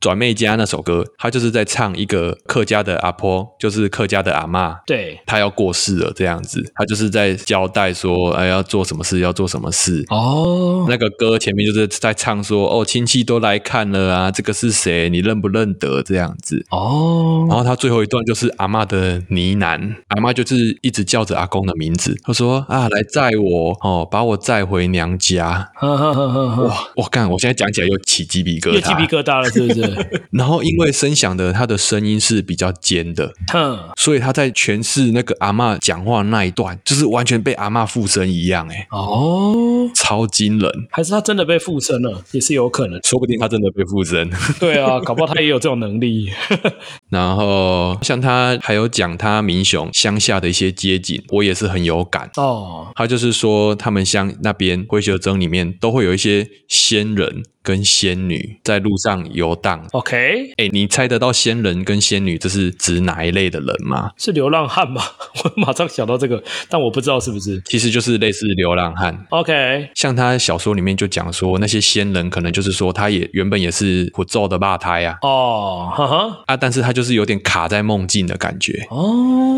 [SPEAKER 2] 转妹家那首歌，他就是在唱一个客家的阿婆，就是客家的阿嬷，
[SPEAKER 1] 对，
[SPEAKER 2] 她要过世了这样子，她就是在交代说，哎，要做什么事，要做什么事。
[SPEAKER 1] 哦，
[SPEAKER 2] 那个歌前面就是在唱说，哦，亲戚都来看了啊，这个是谁？你认不认得？这样子。然
[SPEAKER 1] 哦，
[SPEAKER 2] 后他最后一段就是阿嬷的呢喃，阿嬷就是一直叫着阿公的名字，她说啊，来载我哦，把我载回娘家。
[SPEAKER 1] 呵呵呵呵呵，
[SPEAKER 2] 哇，我干，我现在讲起来又起鸡皮疙瘩，
[SPEAKER 1] 又鸡皮疙瘩了，是不是？
[SPEAKER 2] 然后因为声响的，他的声音是比较尖的，
[SPEAKER 1] 哼，
[SPEAKER 2] 所以他在诠释那个阿嬷讲话那一段，就是完全被阿嬷附身一样，哎，
[SPEAKER 1] 哦，
[SPEAKER 2] 超惊人。
[SPEAKER 1] 还是他真的被附身了，也是有可能。
[SPEAKER 2] 说不定他真的被附身。
[SPEAKER 1] 对啊，搞不好他也有这种能力。
[SPEAKER 2] 然后像他还有讲他民雄乡下的一些街景，我也是很有感。
[SPEAKER 1] 哦，
[SPEAKER 2] 他就是说，他们乡那边灰袖珍里面都会有一些仙人跟仙女在路上游荡。
[SPEAKER 1] OK，
[SPEAKER 2] 哎，你猜得到仙人跟仙女这是指哪一类的人吗？
[SPEAKER 1] 是流浪汉吗？ 我马上想到这个，但我不知道是不是。
[SPEAKER 2] 其实就是类似流浪汉。
[SPEAKER 1] OK，
[SPEAKER 2] 像他小说里面就讲说，那些仙人可能就是说，他也原本也是不咒的霸胎啊
[SPEAKER 1] 哦，哈哈，
[SPEAKER 2] 啊，但是他就是有点卡在梦境的感觉
[SPEAKER 1] 哦，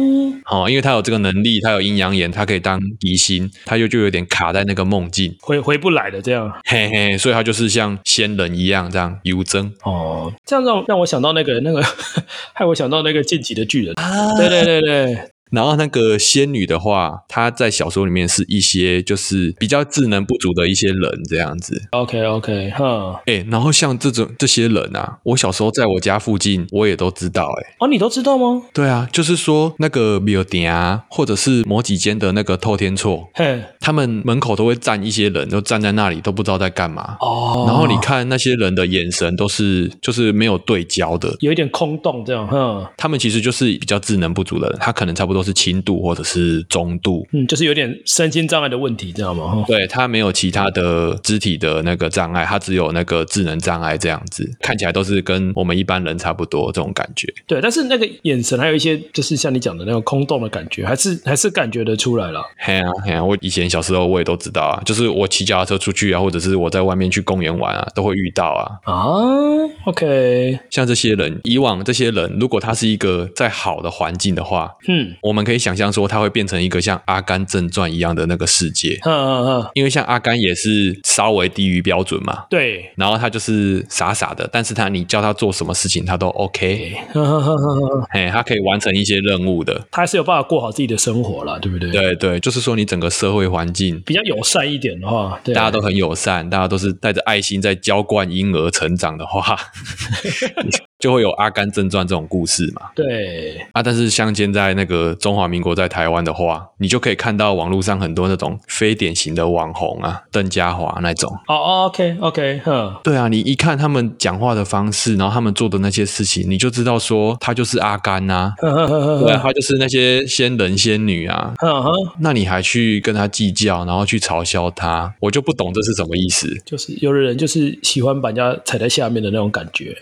[SPEAKER 2] 哦，因为他有这个能力，他有阴阳眼，他可以当疑心，他又就有点卡在那个梦境，
[SPEAKER 1] 回回不来的这样。
[SPEAKER 2] 嘿嘿，所以他就是像仙人一样这样游征
[SPEAKER 1] 哦，这样让让我想到那个那个， 害我想到那个晋级的巨人。
[SPEAKER 2] 啊
[SPEAKER 1] 对对对对，
[SPEAKER 2] 然后那个仙女的话，她在小说里面是一些就是比较智能不足的一些人这样子，
[SPEAKER 1] OK OK，哈，
[SPEAKER 2] 哎，然后像这种这些人啊，我小时候在我家附近我也都知道，哎。
[SPEAKER 1] 哦，你都知道吗？
[SPEAKER 2] 对啊，就是说那个庙顶啊，或者是某几间的那个透天厝，
[SPEAKER 1] 嘿，
[SPEAKER 2] 他们门口都会站一些人，都站在那里都不知道在干嘛。
[SPEAKER 1] 哦，
[SPEAKER 2] 然后你看那些人的眼神都是就是没有对焦的，
[SPEAKER 1] 有一点空洞这样，哈，
[SPEAKER 2] 他们其实就是比较智能不足的人，他可能差不多是轻度或者是中度。
[SPEAKER 1] 嗯，就是有点身心障碍的问题，知道吗？哈，
[SPEAKER 2] 对他没有其他的肢体的那个障碍，他只有那个智能障碍这样子，看起来都是跟我们一般人差不多这种感觉。
[SPEAKER 1] 对，但是那个眼神还有一些，就是像你讲的那种空洞的感觉，还是还是感觉得出来了。
[SPEAKER 2] 嘿啊嘿啊！我以前小时候我也都知道啊，就是我骑脚踏车出去啊，或者是我在外面去公园玩啊，都会遇到啊。
[SPEAKER 1] 啊，OK，
[SPEAKER 2] 像这些人，以往这些人，如果他是一个在好的环境的话，
[SPEAKER 1] 嗯，
[SPEAKER 2] 我们可以想象说他会变成一个像《阿甘正传》一样的那个世界，
[SPEAKER 1] 哈哈哈，
[SPEAKER 2] 因为像阿甘也是稍微低于标准嘛。
[SPEAKER 1] 对，
[SPEAKER 2] 然后他就是傻傻的，但是他你叫他做什么事情，他都 OK，
[SPEAKER 1] 哈哈哈哈哈，
[SPEAKER 2] 嘿，他可以完成一些任务的。
[SPEAKER 1] 他还是有办法过好自己的生活了，对不对？，
[SPEAKER 2] 对对，就是说你整个社会环境
[SPEAKER 1] 比较友善一点的话，对，啊
[SPEAKER 2] 大家都很友善，大家都是带着爱心在浇灌婴儿成长的话，就会有《阿甘正传》这种故事嘛。
[SPEAKER 1] 对，
[SPEAKER 2] 啊，但是像现在那个中华民国在台湾的话，你就可以看到网络上很多那种非典型的网红啊，邓家华那种。
[SPEAKER 1] 哦哦，OK，OK，哈，
[SPEAKER 2] 对啊，你一看他们讲话的方式，然后他们做的那些事情，你就知道说他就是阿甘呐、
[SPEAKER 1] 呵呵呵
[SPEAKER 2] 对啊，
[SPEAKER 1] 呵
[SPEAKER 2] 他就是那些仙人仙女啊。
[SPEAKER 1] 呵，哈，
[SPEAKER 2] 那你还去跟他计较，然后去嘲笑他，我就不懂这是什么意思。
[SPEAKER 1] 就是有的人就是喜欢把人家踩在下面的那种感觉，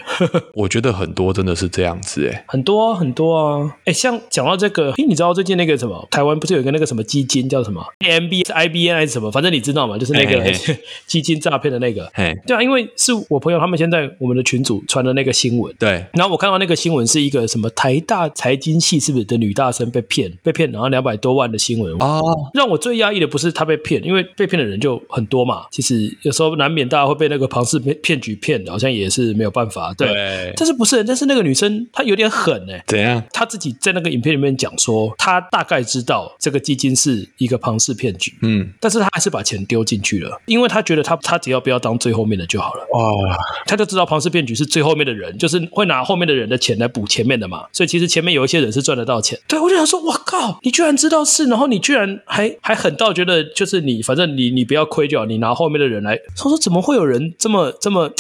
[SPEAKER 2] 我觉得很多真的是这样子欸诶、
[SPEAKER 1] 很多啊，很多啊。哎，像讲到这个，诶，你知道最近那个什么，台湾不是有一个那个什么基金叫什么 MB、IBN 还是什么，反正你知道吗？就是那个
[SPEAKER 2] 嘿
[SPEAKER 1] 基金诈骗的那个。
[SPEAKER 2] 嘿，
[SPEAKER 1] 对啊，因为是我朋友他们现在我们的群主传的那个新闻。
[SPEAKER 2] 对，
[SPEAKER 1] 然后我看到那个新闻是一个什么台大财经系是不是的女大生被骗，被骗然后两百多万的新闻，
[SPEAKER 2] 哦，
[SPEAKER 1] 让我最压抑的不是他被骗，因为被骗的人就很多嘛。其实有时候难免大家会被那个庞氏骗骗局骗，好像也是没有办法。对，
[SPEAKER 2] 对，
[SPEAKER 1] 但是不是？但是那个女生她有点狠哎、
[SPEAKER 2] 怎样？
[SPEAKER 1] 她自己在那个影片里面讲说，她大概知道这个基金是一个庞氏骗局，
[SPEAKER 2] 嗯，
[SPEAKER 1] 但是她还是把钱丢进去了，因为她觉得她她只要不要当最后面的就好了。
[SPEAKER 2] 哇，
[SPEAKER 1] 他就知道庞氏骗局是最后面的人，就是会拿后面的人的钱来补前面的嘛，所以其实前面有一些人是赚得到钱。对我就想说，我靠，你居然知道是，然后你居然还还狠到觉得就是你，反正你你不要亏就好，你拿后面的人来。他说怎么会有人这么这么，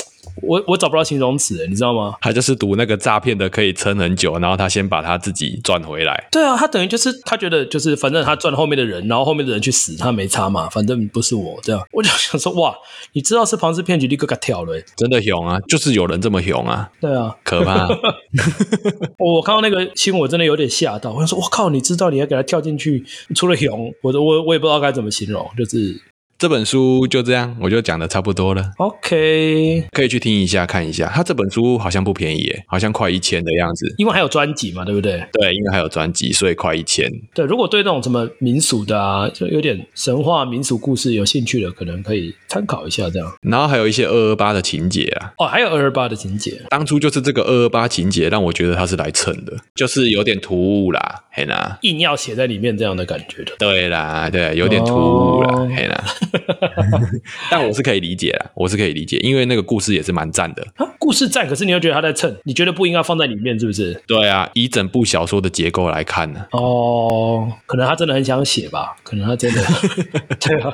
[SPEAKER 1] 我我找不到形容词，你知道吗？
[SPEAKER 2] 他就是赌那个诈骗的可以撑很久，然后他先把他自己赚回来。
[SPEAKER 1] 对啊，他等于就是他觉得就是反正他赚后面的人，然后后面的人去死，他没差嘛，反正不是我这样。我就想说，哇，你知道是庞氏骗局，立刻给他跳了欸、
[SPEAKER 2] 真的熊啊，就是有人这么熊啊，
[SPEAKER 1] 对啊，
[SPEAKER 2] 可怕。
[SPEAKER 1] 我看到那个新闻，我真的有点吓到。我想说，我靠，你知道你还给他跳进去，除了熊，我都我我也不知道该怎么形容，就是
[SPEAKER 2] 这本书就这样，我就讲的差不多了，
[SPEAKER 1] OK，
[SPEAKER 2] 可以去听一下看一下。他这本书好像不便宜耶，好像快一千的样子。
[SPEAKER 1] 因为还有专辑嘛，对不对？
[SPEAKER 2] 对，因为还有专辑，所以快一千。
[SPEAKER 1] 对，如果对那种什么民俗的啊，就有点神话民俗故事有兴趣的，可能可以参考一下这样。
[SPEAKER 2] 然后还有一些二二八的情节啊，
[SPEAKER 1] 哦，还有二二八的情节，
[SPEAKER 2] 当初就是这个二二八情节让我觉得他是来蹭的，就是有点突兀啦，嘿啦，
[SPEAKER 1] 硬要写在里面这样的感觉的。
[SPEAKER 2] 对啦，对，有点突兀啦，
[SPEAKER 1] 哦
[SPEAKER 2] 嘿啦。 但我是可以理解啦，我是可以理解，因为那个故事也是蛮赞的。
[SPEAKER 1] 啊，故事赞，可是你又觉得他在蹭，你觉得不应该放在里面，是不是？
[SPEAKER 2] 对啊，以整部小说的结构来看呢、
[SPEAKER 1] 哦，可能他真的很想写吧，可能他真 的，对啊，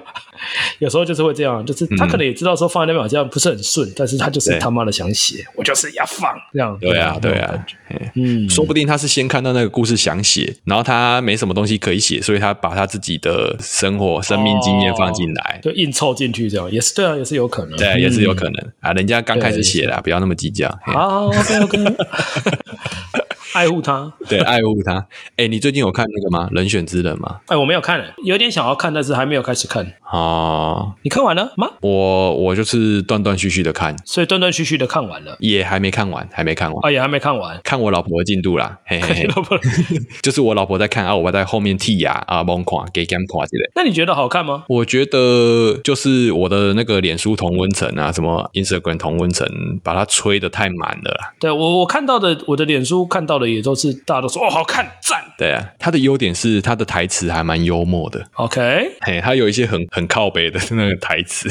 [SPEAKER 1] 有时候就是会这样，就是他可能也知道说放在那边好像不是很顺，但是他就是
[SPEAKER 2] 嗯对
[SPEAKER 1] 他妈的想写，我就是要放这样。
[SPEAKER 2] 对啊，对，
[SPEAKER 1] 那种感
[SPEAKER 2] 啊
[SPEAKER 1] 觉，
[SPEAKER 2] 嘿
[SPEAKER 1] 嗯，
[SPEAKER 2] 说不定他是先看到那个故事想写，然后他没什么东西可以写，所以他把他自己的生
[SPEAKER 1] 哦
[SPEAKER 2] 活、生命经验放进来。
[SPEAKER 1] 就硬凑进去这样，也是对啊，也是有可能，
[SPEAKER 2] 哎对，也是有可能、啊。人家刚开始
[SPEAKER 1] 对
[SPEAKER 2] 写啦，不要那么计较。嘿
[SPEAKER 1] 能。好，OK OK，爱护他。
[SPEAKER 2] 对，爱护他。哎，你最近有看那个吗？《人选之人》吗？
[SPEAKER 1] 哎，我没有看、欸，有点想要看，但是还没有开始看。
[SPEAKER 2] 哦，
[SPEAKER 1] 你看完了吗？
[SPEAKER 2] 我我就是断断续续的看，
[SPEAKER 1] 所以断断续续的看完了，
[SPEAKER 2] 也还没看完，还没看完。
[SPEAKER 1] 啊，也还没看完。
[SPEAKER 2] 看我老婆的进度啦，嘿嘿嘿，
[SPEAKER 1] 要 不然
[SPEAKER 2] 就是我老婆在看啊，我在后面剔牙啊，蒙垮给 game 垮之类。
[SPEAKER 1] 那你觉得好看吗？
[SPEAKER 2] 我觉得就是我的那个脸书同温层啊，什么 Instagram 同温层，把它吹得太满了啦。
[SPEAKER 1] 对我我看到的，我的脸书看到的也都是大家都说哦好看赞
[SPEAKER 2] 对啊，它的优点是它的台词还蛮幽默的，
[SPEAKER 1] ，OK，
[SPEAKER 2] 嘿，它有一些很很靠北的那个台词，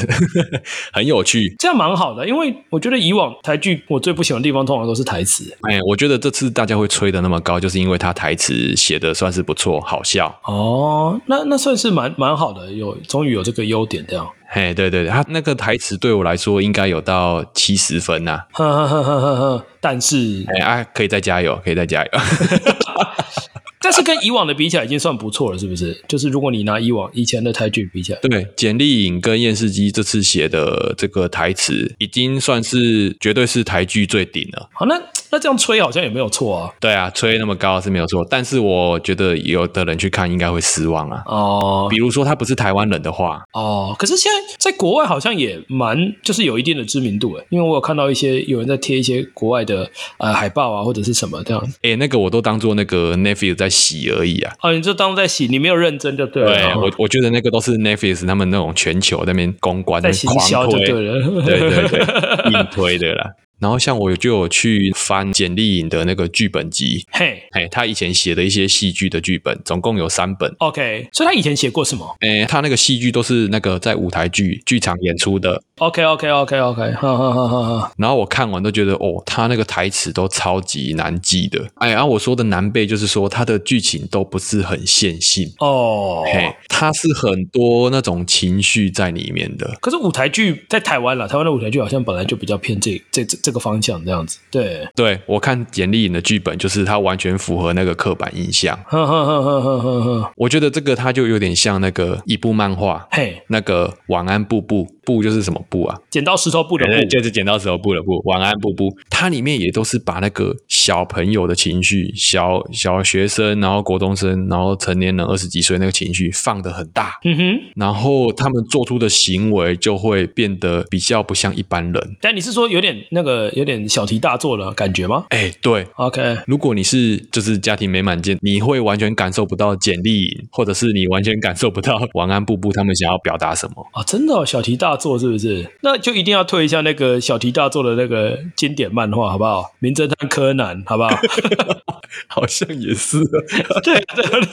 [SPEAKER 2] 很有趣。
[SPEAKER 1] 这样蛮好的，因为我觉得以往台剧我最不喜欢的地方通常都是台词
[SPEAKER 2] 哎，我觉得这次大家会吹得那么高，就是因为它台词写的算是不错，好笑。
[SPEAKER 1] 哦，那那算是蛮蛮好的，有终于有这个优点这样，
[SPEAKER 2] 嘿，对对对，它那个台词对我来说应该有到七十分呐、啊。
[SPEAKER 1] 呵呵呵呵呵呵，但是
[SPEAKER 2] 哎啊，可以再加油，可以再加油。
[SPEAKER 1] 但是跟以往的比起来已经算不错了，是不是？就是如果你拿以往以前的台剧比起来，
[SPEAKER 2] 对，简历颖跟验视机这次写的这个台词，已经算是绝对是台剧最顶了。
[SPEAKER 1] 好，那那这样吹好像也没有错啊。
[SPEAKER 2] 对啊，吹那么高是没有错，但是我觉得有的人去看应该会失望啊。
[SPEAKER 1] 哦
[SPEAKER 2] 比如说他不是台湾人的话，
[SPEAKER 1] 哦，可是现在在国外好像也蛮，就是有一定的知名度欸诶，因为我有看到一些有人在贴一些国外的呃海报啊，或者是什么这样。
[SPEAKER 2] 诶，哎那个我都当做那个 Netflix 在洗而已啊。
[SPEAKER 1] 哦，你就当在洗，你没有认真就对了。
[SPEAKER 2] 对
[SPEAKER 1] 哦
[SPEAKER 2] 我，我觉得那个都是 Netflix 他们那种全球那边公关
[SPEAKER 1] 在行销
[SPEAKER 2] 狂
[SPEAKER 1] 就
[SPEAKER 2] 推，
[SPEAKER 1] 对了。
[SPEAKER 2] 对对对，硬推的啦。然后像我就有去翻简历颖的那个剧本集，
[SPEAKER 1] 嘿
[SPEAKER 2] 哎，他以前写的一些戏剧的剧本，总共有三本。
[SPEAKER 1] ，OK，所以他以前写过什么
[SPEAKER 2] 诶，他那个戏剧都是那个在舞台剧剧场演出的，
[SPEAKER 1] ？OK OK OK OK，哈哈哈哈哈。
[SPEAKER 2] 然后我看完都觉得，哦，他那个台词都超级难记的。哎，然、后我说的难背，就是说他的剧情都不是很线性，
[SPEAKER 1] 哦，
[SPEAKER 2] 嘿，它是很多那种情绪在里面的。
[SPEAKER 1] 可是舞台剧在台湾啦，台湾的舞台剧好像本来就比较偏这这这这个方向这样子。对，
[SPEAKER 2] 对我看简历颖的剧本，就是他完全符合那个刻板印象。
[SPEAKER 1] 呵呵呵呵呵呵呵，
[SPEAKER 2] 我觉得这个他就有点像那个一部漫画，
[SPEAKER 1] 嘿，
[SPEAKER 2] 那个《晚安布布》，布就是什么布啊？
[SPEAKER 1] 剪刀石头布的
[SPEAKER 2] 对，
[SPEAKER 1] 布。
[SPEAKER 2] 就是剪刀石头布了布，晚安布布，它里面也都是把那个小朋友的情绪，小小学生，然后国中生，然后成年人二十几岁那个情绪放得很大，
[SPEAKER 1] 嗯哼。
[SPEAKER 2] 然后他们做出的行为就会变得比较不像一般人。
[SPEAKER 1] 但你是说有点那个有点小题大做的感觉吗
[SPEAKER 2] 哎，对。
[SPEAKER 1] ？OK，
[SPEAKER 2] 如果你是就是家庭美满见，你会完全感受不到简历营，或者是你完全感受不到晚安布布他们想要表达什么。
[SPEAKER 1] 啊，真的、哦、小题大做是不是？那就一定要推一下那个小题大做的那个经典漫画，好不好？名侦探柯南，好不 好？
[SPEAKER 2] 好像也是，
[SPEAKER 1] 对对对，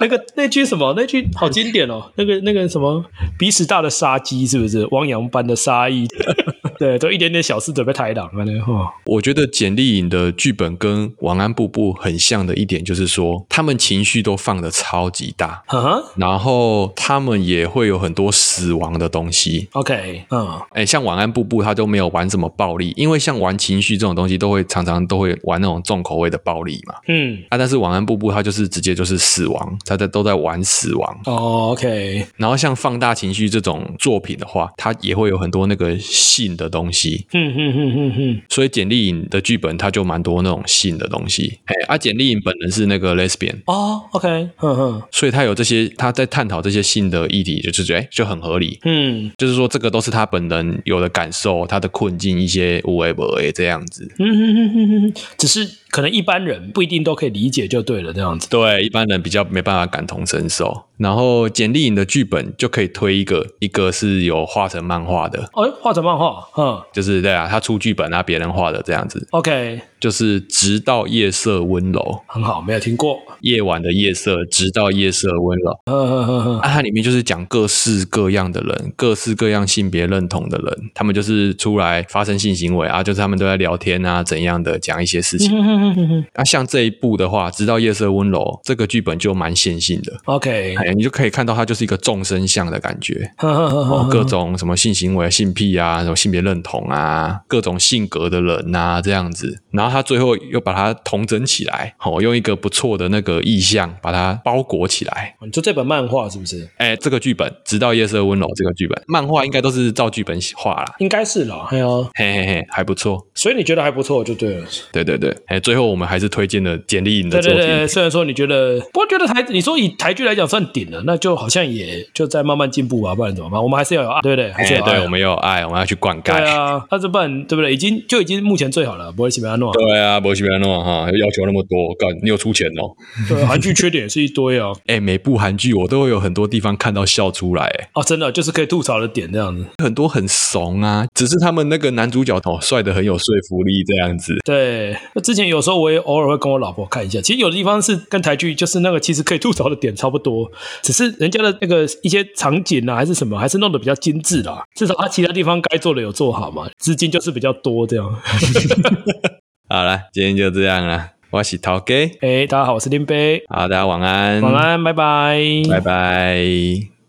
[SPEAKER 1] 那个那句什么，那句好经典哦，那个那个什么，鼻屎大的杀鸡是不是？汪洋般的杀意， 对，都一点点小事准备抬档了呢。哦，
[SPEAKER 2] 我觉得简历颖的剧本跟《晚安布布》很像的一点就是说，他们情绪都放得超级大，
[SPEAKER 1] 哈哈
[SPEAKER 2] 然后他们也会有很多死亡的东西。
[SPEAKER 1] ，OK，嗯，
[SPEAKER 2] 哎，像《晚安布布》他都没有玩什么暴力，因为像玩情绪这种东西，都会常常都会玩那种重口味的暴力嘛。
[SPEAKER 1] 嗯，
[SPEAKER 2] 啊，但是《晚安布布》他就是直接就是死亡，他在都在玩死亡。
[SPEAKER 1] 哦，OK，
[SPEAKER 2] 然后像放大情绪这种作品的话，它也会有很多那个性的东西。
[SPEAKER 1] 嗯嗯嗯嗯嗯，
[SPEAKER 2] 所以简丽颖的剧本，它就蛮多那种性的东西。哎，啊，简丽颖本人是那个 lesbian，
[SPEAKER 1] 哦，OK，嗯嗯
[SPEAKER 2] 所以她有这些，她在探讨这些性的议题，就是觉得哎就很合理。
[SPEAKER 1] 嗯
[SPEAKER 2] 就是说，这个都是她本人有的感受，她的困境，一些无为不为这样子。
[SPEAKER 1] 嗯嗯嗯嗯嗯，只是可能一般人不一定都可以理解，就对了，这样子。
[SPEAKER 2] 对，一般人比较没办法感同身受。然后简历影的剧本就可以推一个，一个是有画成漫画的，
[SPEAKER 1] 哦，画成漫画，嗯
[SPEAKER 2] 就是对啊，他出剧本啊，别人画的这样子，
[SPEAKER 1] ，OK，
[SPEAKER 2] 就是直到夜色温柔，
[SPEAKER 1] 很好，没有听过。
[SPEAKER 2] 夜晚的夜色，直到夜色温柔。
[SPEAKER 1] 嗯嗯嗯嗯，
[SPEAKER 2] 啊，它里面就是讲各式各样的人，各式各样性别认同的人，他们就是出来发生性行为啊，就是他们都在聊天啊，怎样的讲一些事情。
[SPEAKER 1] 嗯
[SPEAKER 2] 啊，像这一部的话，直到夜色温柔这个剧本就蛮线性的，
[SPEAKER 1] ，OK，
[SPEAKER 2] 哎，你就可以看到它就是一个众生相的感觉，哦，各种什么性行为、性癖啊，什么性别认同啊，各种性格的人啊，这样子。然后他最后又把它统整起来，哦，用一个不错的那个意象把它包裹起来。
[SPEAKER 1] 你说这本漫画是不是？
[SPEAKER 2] 哎，这个剧本直到夜色温柔这个剧本，漫画应该都是照剧本画啦。
[SPEAKER 1] 应该是啦，哎呀，
[SPEAKER 2] 嘿嘿嘿，还不错，
[SPEAKER 1] 所以你觉得还不错就对了。
[SPEAKER 2] 对对对，哎，最后我们还是推荐了简历影的
[SPEAKER 1] 对
[SPEAKER 2] 作
[SPEAKER 1] 对
[SPEAKER 2] 品，
[SPEAKER 1] 对，虽然说你觉得，不过觉得台，你说以台剧来讲算顶了，那就好像也就在慢慢进步吧，不然怎么办？我们还是要有爱，对不对？还
[SPEAKER 2] 哎，
[SPEAKER 1] 是有爱
[SPEAKER 2] 对，我们有爱，我们要去灌
[SPEAKER 1] 对
[SPEAKER 2] 溉。
[SPEAKER 1] 啊，那这不然对不对？已经就已经目前最好了，不会喜欢诺。
[SPEAKER 2] 对啊，博西别弄哈，要求那么多，干你有出钱哦。
[SPEAKER 1] 对，韩剧缺点也是一堆哦。
[SPEAKER 2] 哎、每部韩剧我都会有很多地方看到笑出来、欸，
[SPEAKER 1] 哦，真的就是可以吐槽的点这样子。
[SPEAKER 2] 很多很怂啊，只是他们那个男主角哦，帅的很有说服力这样子。
[SPEAKER 1] 对，那之前有时候我也偶尔会跟我老婆看一下，其实有的地方是跟台剧就是那个其实可以吐槽的点差不多，只是人家的那个一些场景啊还是什么，还是弄得比较精致啦。至少他其他地方该做的有做好嘛，资金就是比较多这样。
[SPEAKER 2] 好了，今天就这样了，我是陶哥，
[SPEAKER 1] 哎，大家好，我是林杯，
[SPEAKER 2] 好，大家晚安，
[SPEAKER 1] 晚，安，拜拜
[SPEAKER 2] 拜拜。